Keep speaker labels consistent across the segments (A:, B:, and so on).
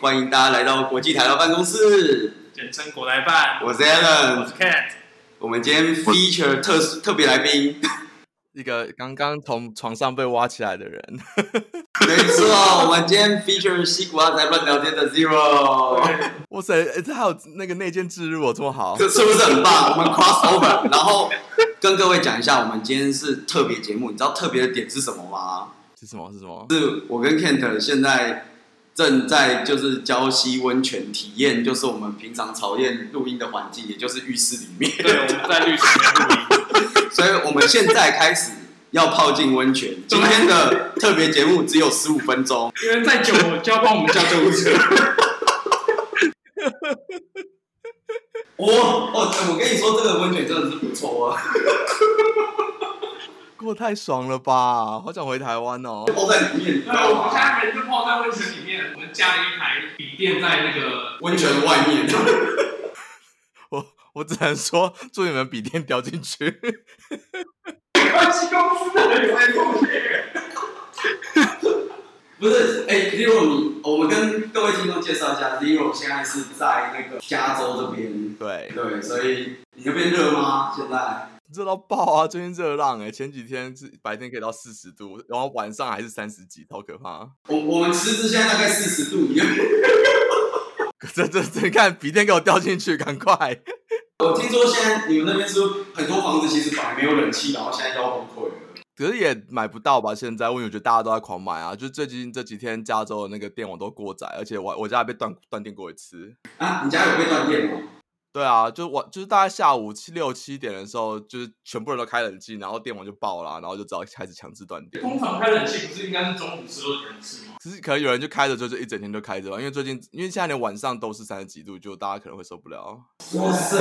A: 欢迎大家来到国际台劳办公室，
B: 简称国来办。
A: 我是
B: 我
A: Alan。
B: 是 Cat，
A: 我们今天 feature 特特别来宾，
C: 一个刚刚从床上被挖起来的人，
A: 没错，我们今天 feature 西谷阿仔乱聊天的 Zero，
C: 哇塞，诶这还有那个内建置入哦，这么好，
A: 这是不是很棒？我们 cross over，然后跟各位讲一下，我们今天是特别节目，你知道特别的点是什么吗？
C: 是什么？是什么？
A: 是我跟 Kent 现在正在就是礁溪温泉体验，就是我们平常朝练录音的环境，也就是浴室里面。
B: 对，我们在绿池边录音。
A: 所以我们现在开始要泡进温泉。今天的特别节目只有十五分钟，
B: 因为再久我就要帮我们叫救护车。
A: 我哦，我跟你说，这个温泉真的是不错啊！
C: 过得太爽了吧，好想回台湾哦。
A: 泡在里面，啊你知
B: 那
A: 道
B: 我们现
A: 吗？
B: 在人就泡在温泉里面，我们架了一台笔电在那 个
A: 温泉外面，
C: 我我只能说，祝你们笔电掉进去。
B: 科技公司的人在录音。
A: 不是？哎、z e r o 你，我们跟各位听众介绍一下，Zero 现在是在那个加州这边，
C: 对，
A: 对，所以你那边热吗？现在？
C: 热到爆啊！最近热浪哎、前几天是白天可以到四十度，然后晚上还是三十几，好可 怕。啊
A: 我我们池子现在大概四十度，你
C: 这这这，你看笔电给我掉进去，赶快！
A: 我听说现在你们那边是不是很多房子其实本来没有冷气，然后现在要崩溃了。
C: 可是也买不到吧？现在，因为我觉得大家都在狂买啊，就最近这几天加州的那个电网都过载，而且我我家还被断断电过一次。
A: 啊，你家有被断电吗？
C: 对啊，就晚就是大概下午七六七点的时候，就是全部人都开冷气，然后电网就爆了啊、然后就只好开始强制断电。
B: 通常开冷气不是应该是中午十二点吃吗？
C: 其实可能有人就开着就就一整天就开着吧，因为最近因为现在连晚上都是三十几度，就大家可能会受不了，
A: 哇塞，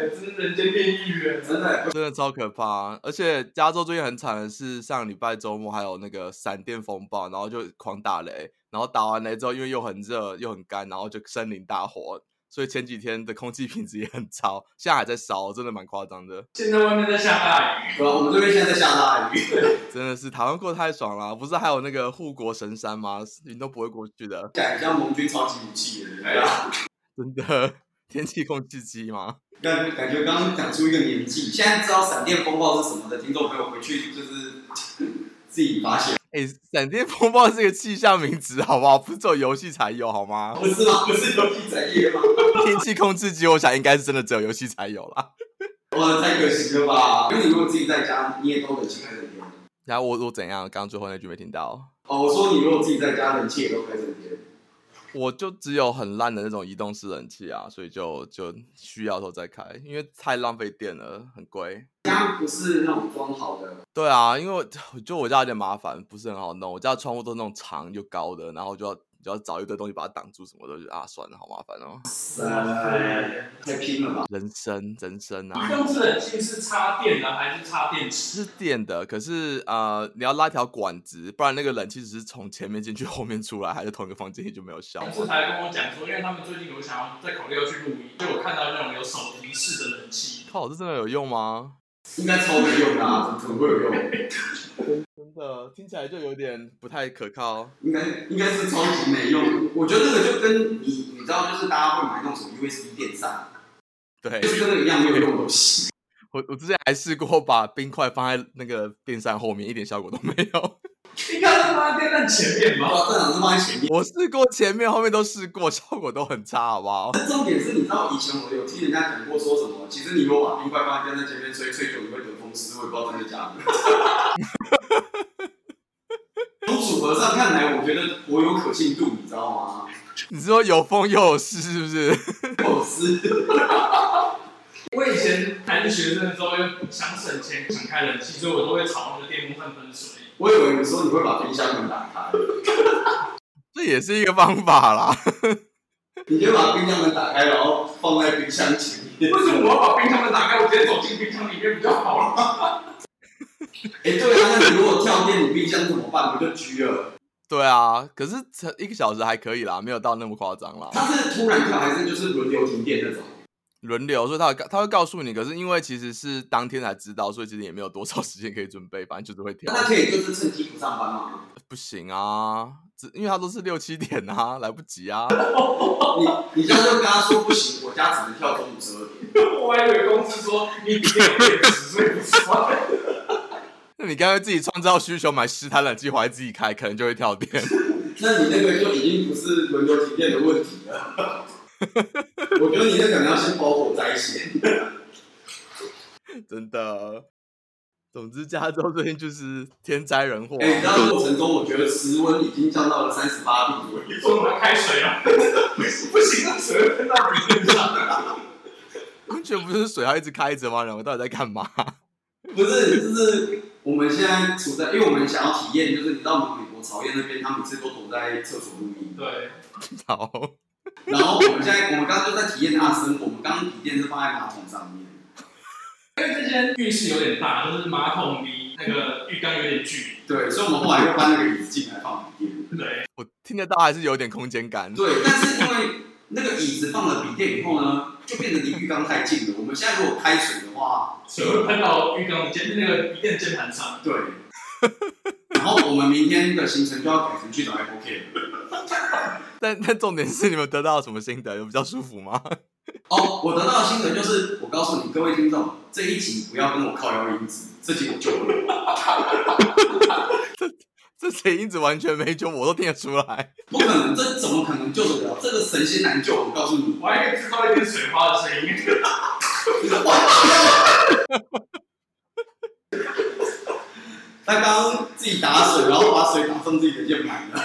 B: 真是人间炼狱人。
A: 真的，
C: 真的超可怕啊、而且加州最近很惨的是上礼拜周末还有那个闪电风暴，然后就狂打雷，然后打完雷之后因为又很热又很干，然后就森林大火，所以前几天的空气品质也很差，现在还在烧，真的蛮夸张的。
B: 现在外面在下大雨，
A: 对吧、我们这边现在在哎下大雨，
C: 真的是台湾过得太爽了、啊不是还有那个护国神山吗？你都不会过去的，
A: 讲一下盟军超级武器的，
B: 哎
A: 对啊，
C: 真的。天气控制机吗？
A: 但感觉刚刚讲出一个年纪，现在知道闪电风暴是什么的听众朋友回去就是自己发现，
C: 哎、闪电风暴是个气象名词，好不好？不是只有游戏才有，好吗？
A: 不是吗？不是游戏产业吗？
C: 天气控制机，我想应该是真的只有游戏才有啦。
A: 哇，太可惜了吧！哦因为你如果自己在家，你也都冷气开整天。
C: 然后我我怎样？刚刚最后那句没听到，
A: 哦，我说你如果自己在家，冷气也都开整天。
C: 我就只有很烂的那种移动式冷气啊，所以就就需要的时候再开，因为太浪费电了，很贵。
A: 家不是那种装好的，
C: 对啊，因为我 我觉得我家有点麻烦，不是很好弄。我家的窗户都是那种长又高的，然后就要就要找一堆东西把它挡住什么的，就啊，算了，好麻烦哦。
A: 呃，太拼了吧！
C: 人生，人生
B: 移
C: 啊，
B: 动式冷气是插电的还是插电池？
C: 是电的，可是呃，你要拉条管子，不然那个冷气只是从前面进去， 后面出来，还是同一个房间里就没有效
B: 同
C: 了。
B: 事才跟我讲说，因为他们最近有想要再考虑要去露营，所以我看到那种有手提式的冷气，
C: 靠，这真的有用吗？
A: 应该超没用的、啊，怎么会有用？
C: 真的听起来就有点不太可靠。
A: 应该应该是超级没用。我觉得那个就跟你你知道，就是大家会买那种什么 USB 电扇，
C: 对
A: 就是跟那个一样没有用的东西。
C: 我，我之前还试过把冰块放在那个电扇后面，一点效果都没有。
B: 应该是放在电扇前面吧？
A: 哇，正常是放在前面。
C: 我试过前面、后面都试过，效果都很差，好不好？
A: 重点是，你知道以前我有听人家讲过说什么？其实你如果把冰块放在电扇前面吹，吹久你会得风湿，我也不知道真的假的。 从组合上看来，我觉得颇有可信度，你知道吗？
C: 你是说有风又有湿，是不是？
A: 有湿，
B: 我以前还是学生的时候，又想省钱，想开冷气，所以我都会炒那个电风扇喷水。
A: 我以为你说你会把冰箱门打开，
C: 这也是一个方法啦。
A: 你就把冰箱门打开，然后放在冰箱前面。
B: 为什么我要把冰箱门打开？我直接走进冰箱里面不就好了吗？
A: 哎、对啊，那你如果跳电，你冰箱怎么办？不就狙了？
C: 对啊，可是才一个小时还可以啦，没有到那么夸张啦。
A: 它是突然跳还是就是轮流停电那种？
C: 轮流，所以他他会告诉你，可是因为其实是当天才知道，所以其实也 没有多少时间可以准备，反正就是会跳
A: 那。可以就是趁机不上班吗？
C: 不行啊，只因为它都是六七点啊，来不及啊。
A: 你你就是跟他说不行，我家只能跳中午十二点。
B: 我还以为公司说你比那个电池，所以不算。
C: 那你干脆自己创造需求，买十台冷气回来自己开，可能就会跳电。
A: 那你那个就已经不是轮流停电的问题了。我觉得你那可能要先包火灾险。
C: 真的。总之，加州最近就是天灾人祸啊、
A: 哎、你知道过程中，我觉得室温已经降到了三十八度左右。
B: 你说我们开水啊？不行，那水会喷到别人身上。
C: 温泉不是水要一直开着吗？两个到底在干嘛？
A: 不是，就是我们现在处在，因为我们想要体验，就是你知道我们美国朝鲜那边，他们每次都躲在厕所录音。
B: 对，
C: 好，
A: 然后我们现在，我们刚刚就在体验那生活，我们刚刚体验是放在马桶上面。
B: 因为这间浴室有点大，就是马桶离那个浴缸有点距
A: 对，所以我们后来又搬那个椅子进来放笔电。
B: 离。对，
C: 我听得到还是有点空间感。
A: 对，但是因为那个椅子放了笔电以后呢，就变得离浴缸太近了。我们现在如果开水的话，
B: 水会喷到浴缸的键那个一键键盘上。
A: 对。然后我们明天的行程就要改成去找 Apple Care。
C: 但但重点是，你们得到了什么心得？有比较舒服吗？
A: 哦，我得到的心得就是，我告诉你各位听众，这一集不要跟我靠摇音质，这集我救了。
C: 这谁一直完全没救，我都听得出来。
A: 不可能，这怎么可能救得了？这个神仙难救，我告诉你。
B: 我还可以制造一点水花的声音。
A: 他刚刚自己打水，然后把水打上自己的键盘了。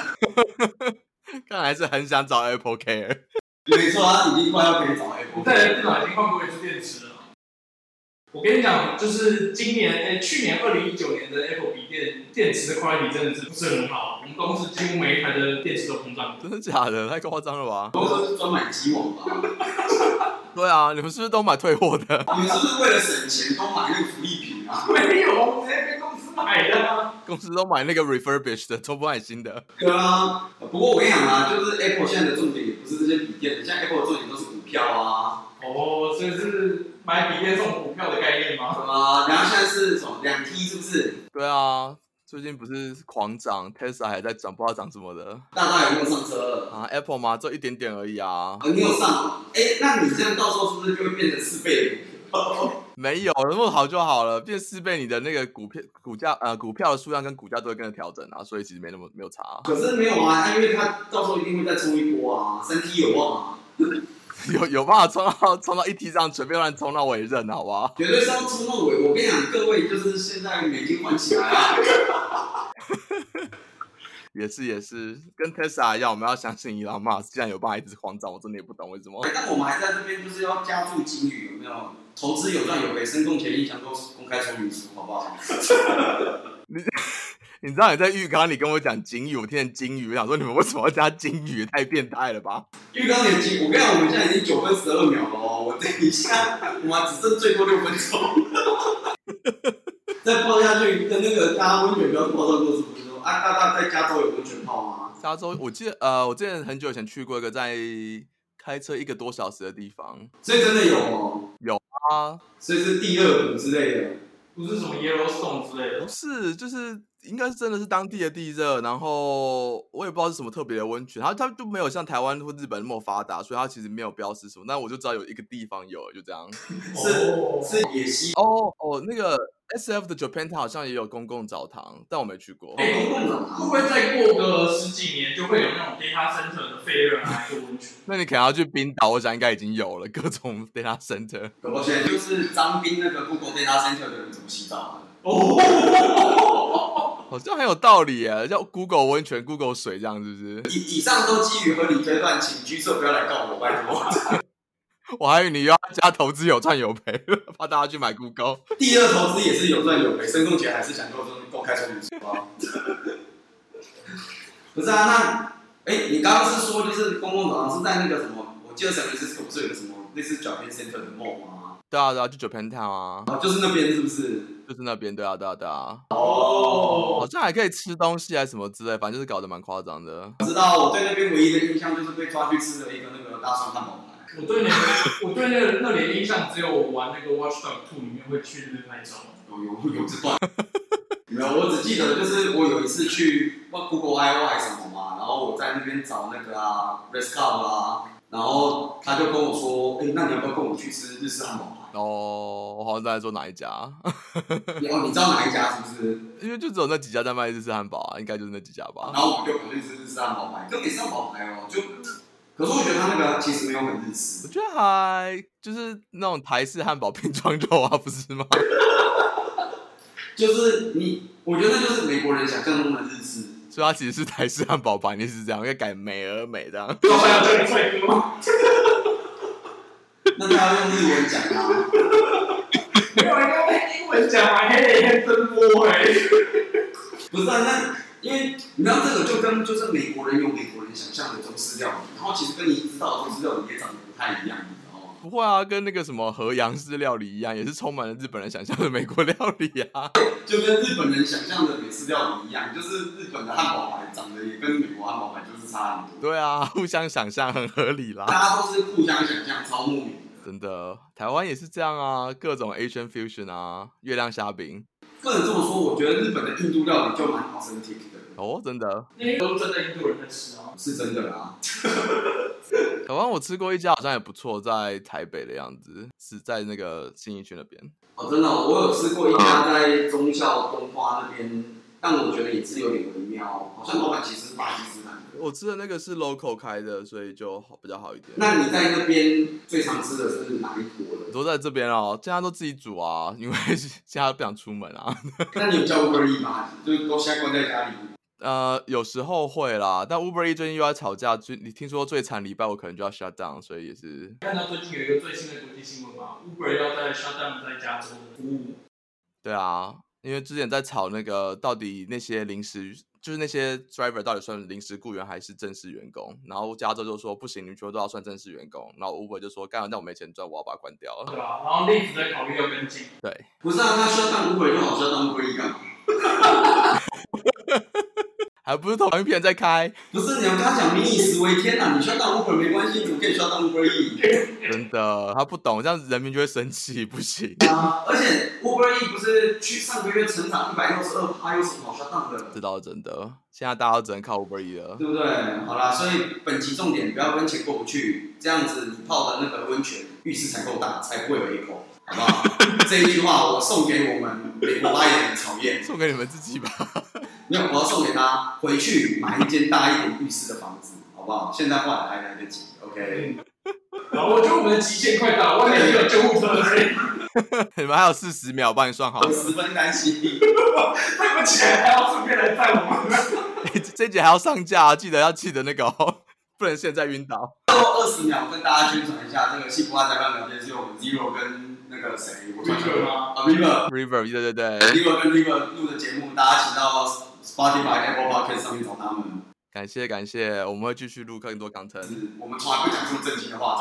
C: 看来是很想找 Apple Care。
A: 没错，他已经快要可以找
B: 我
A: Apple
B: 在
A: Care
B: 电脑已经换过一次电池了。我跟你讲，就是今年，诶、去年二零一九年的 Apple 笔电电池的 quality 真的是不是很好，我们公司几乎每一台的电池都膨胀过。
C: 真的假的？太夸张了吧？
A: 公司是专买机网吧？
C: 对啊，你们是不是都买退货的？
A: 你们是不是为了省钱都买那个福利品啊？
B: 没有，我们直接跟公司买的啊。
C: 公司都买那个 refurbished 的，都不买新的。
A: 对啊，不过我跟你讲啊，就是 Apple 现在的重点也不是这些笔电，现在 Apple 的重点都是股票啊，
B: 哦，所以是买笔电送股票的概念吗？
A: 什么，然后现在是什么两 T 是不是？
C: 对啊，最近不是狂涨，Tesla 还在涨，不知道涨什么的
A: 大大有没有上车了？
C: 啊。Apple 嘛，就一点点而已啊，
A: 呃，你有上哦？哎、那你这样到时候是不是就会变成四倍的股票？
C: 没有那么好就好了。变四倍，你的那个股票股价呃股票的数量跟股价都会跟着调整啊，所以其实没那么没有差、
A: 可是没有啊，因为它到时候一定会再冲一波啊，三 T 有望啊，
C: 有有办法冲到冲到一 T 上，随便乱冲到我也认，啊好不好？
A: 绝对是要冲到尾。我跟你讲，各位就是现在美金玩起来啊，
C: 也是也是，跟 Tesla 一样，我们要相信伊朗马斯，既然有办法一直狂涨，我真的也不懂为什么。
A: 但我们还在这边就是要加注金鱼，有没有？投资有赚有赔，申购前一想都公开说明书，好不好？
C: 你知道你在浴缸里跟我讲金鱼，我听见金鱼，我想说你们为什么要加金鱼？太变态了吧！
A: 浴缸年纪，我跟你讲，我们现在已经九分十二秒了哦。我等一下，我们只剩最多六分钟，再泡下去跟那个大家温泉不要泡到六十分钟啊！大家在加州有温泉泡吗？
C: 加州，我记得呃，我之前很久以前去过一个在开车一个多小时的地方
A: 所以真的有哦，
C: 啊，
A: 所以是第二湖之类的。
B: 不是什么 Yellowstone 之类的
C: 不。是，就是应该是真的是当地的地热，然后我也不知道是什么特别的温泉，它它就没有像台湾或日本那么发达，所以它其实没有标识什么，但我就知道有一个地方有，就这样。
B: 哦
A: 是野溪
C: 哦哦，那个 S F 的 Japan 它好像也有公共澡堂，但我没去过。
A: 公共
B: 会不
A: 澡
B: 会再过个十几年就会有那种 data center 的废热拿来做温 泉？
C: 那你可能要去冰岛，我想应该已经有了各种 data center。
A: 堂，我现在就是张斌那个 Google Data Center 的人怎么洗澡啊？
C: 好像很有道理耶，叫 Google 温泉、Google 水这样是不是？
A: 以以上都基于合理推断，请居社不要来告我，拜托。
C: 我还以为你又要加投资有赚有赔， 怕大家去买 Google。
A: 第二投资也是有赚有赔，申购前还是想够够开聪明书包。 不是啊，那哎、诶你刚刚是说就是公共澡堂是在那个什么？我记得 San Francisco 不是有个什么类似 Japan Center 的 mall 吗？
C: 对啊对啊，就 Japan Town 啊，
A: 哦，就是那边是不是？
C: 就是那边。对啊对啊对啊，好
B: 哦，
C: 像还可以吃东西还是什么之类，反正就是搞得蛮夸张的。
A: 我知道，我对那边唯一的印象就是被抓去吃了一个那个大蒜汉堡排。
B: 我对那个我对那个那里的印象只有我玩那个 Watch Dog Two 里面会去那边拍照。
A: 有哦有 有这段，没有，我只记得就是我有一次去 Google I O 还是什么嘛，然然后我在那边找那个啊 r e s c u b 啊，然后他就跟我说，哎、那你要不要跟我去吃日式汉堡排？
C: 哦，我好像在说哪一家，
A: 你哦，你知道哪一家是不是？
C: 因为就只有那几家在卖日式汉堡啊，应该就是那几家吧。
A: 然后我们就跑去吃日式汉堡排，就也是汉堡排哦，就，可是我觉得他那个其实没有很日
C: 我
A: 式，
C: 觉得还就是那种台式汉堡拼装肉啊，不是吗？
A: 就是你，我觉得那就是美国人想象中的日式。
C: 所以它其实是台式汉堡版，你是这样要改美而美这样。
B: 老板要叫你帅哥吗？
A: 那他要用日文讲啊，
B: 没有，人家用英文讲完，嘿，还真播哎。
A: 不是啊，那因为你知道这个就跟就是美国人有美国人想象的中式料理，然后其实跟你知道的中式料理也长得不太一样，你知道吗？
C: 不会啊，跟那个什么和洋式料理一样，也是充满了日本人想象的美国料理啊。
A: 就跟日本人想象的美式料理一样，就是日本的汉堡排长得也跟美国汉堡排就是差很多，
C: 对啊，互相想象很合理啦。
A: 大家都是互相想象，超莫名的。
C: 真的，台湾也是这样啊，各种 Asian fusion 啊，月亮虾饼
A: 不能这么说，我觉得日本的印度料理就蛮好身体的，
C: 哦，真的。
B: 那些都是真的印度人在吃哦。
A: 是真的啦。
C: 台湾我吃过一家好像也不错，在台北的样子，是在那个信义区那边。
A: 哦，真的哦、我有吃过一家在中校东花那边，但我觉得也是有点微妙，好像老板其实是巴基斯坦人。
C: 我吃的那个是 local 开的，所以就好比较好一点。
A: 那你在那边最常吃的是哪一国的？
C: 都在这边哦，现在都自己煮啊，因为 现在不想出门啊。
A: 那你有叫 Uber E 吗？就是都现在关在家里。
C: 呃，有时候会啦，但 Uber E 最近又在吵架，最你听说最惨礼拜我可能就要 shut down，所以也是
B: 看到最近有一个最新的国际新闻嘛，Uber 要在 shutdown 在加州的服务，
C: 对啊，因为之前在吵那个到底那些临时就是那些 driver 到底算临时雇员还是正式员工，然后加州就说不行，你们全部都要算正式员工，然后 Uber 就说干了，那我没钱赚，我要把它关掉了。
B: 对吧、然后 l i f 在考虑要跟进，
C: 对，
A: 不是啊，他需要当 Uber 就好，需要当 Uber E 干嘛？
C: 还不是同一片在开，
A: 不是，你要跟他讲民以食为天啊呐、你需要当 Uber 没关系，你怎么可以需要当 Uber E？
C: 真的，他不懂，这样人民就会生气，不行，
A: 啊，而且 Uber E 不是去上个月成长一百六十二趴，有什么好需要当的？
C: 这倒是真的。现在大家都只能靠 Uber E 了。
A: 对不对？好啦，所以本集重点不要跟钱过不去，这样子你泡的那个温泉浴室才够大，才不会有一口，好不好？ 这一句话我送给我们美国发言人曹燕，
C: 送给你们自己吧。
A: 没有，我要送给他，回去买一间大一点浴室的房子，好不好？现在换还来得及，OK？
B: 然后我觉得我们的极限快到，外面已经有救护车了，
C: 你们还有四十秒，帮你算好
A: 我
C: 了。
A: 十分担心，
B: 对不起，还要顺便来载我们。
C: 欸这节还要上架、啊，记得要记得那个、哦， 不能现在晕倒。
A: 后二十秒跟大家宣传一下，这个西瓜在乱聊天是我们 Zero 跟那个谁，我突然想不起来
B: River 吗
A: 啊 River。
C: River，对对对，
A: River 跟 River 录的节目，大家请到 Spotify、Apple Podcast 上面找他们。
C: 感谢感谢，我们会继续录更多 content。
A: 是我们从来不讲这么正经的话。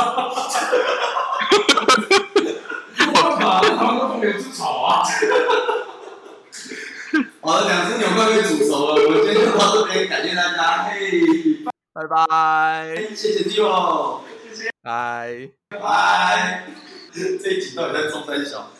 B: 没办法，他们都没有吃草啊。
A: 好了，两只牛快被煮熟了，我们今天就到这边，感谢大家，嘿，
C: 拜拜，
A: 谢谢 Dio，
C: 拜。
A: 拜拜。这一集到底在中三小？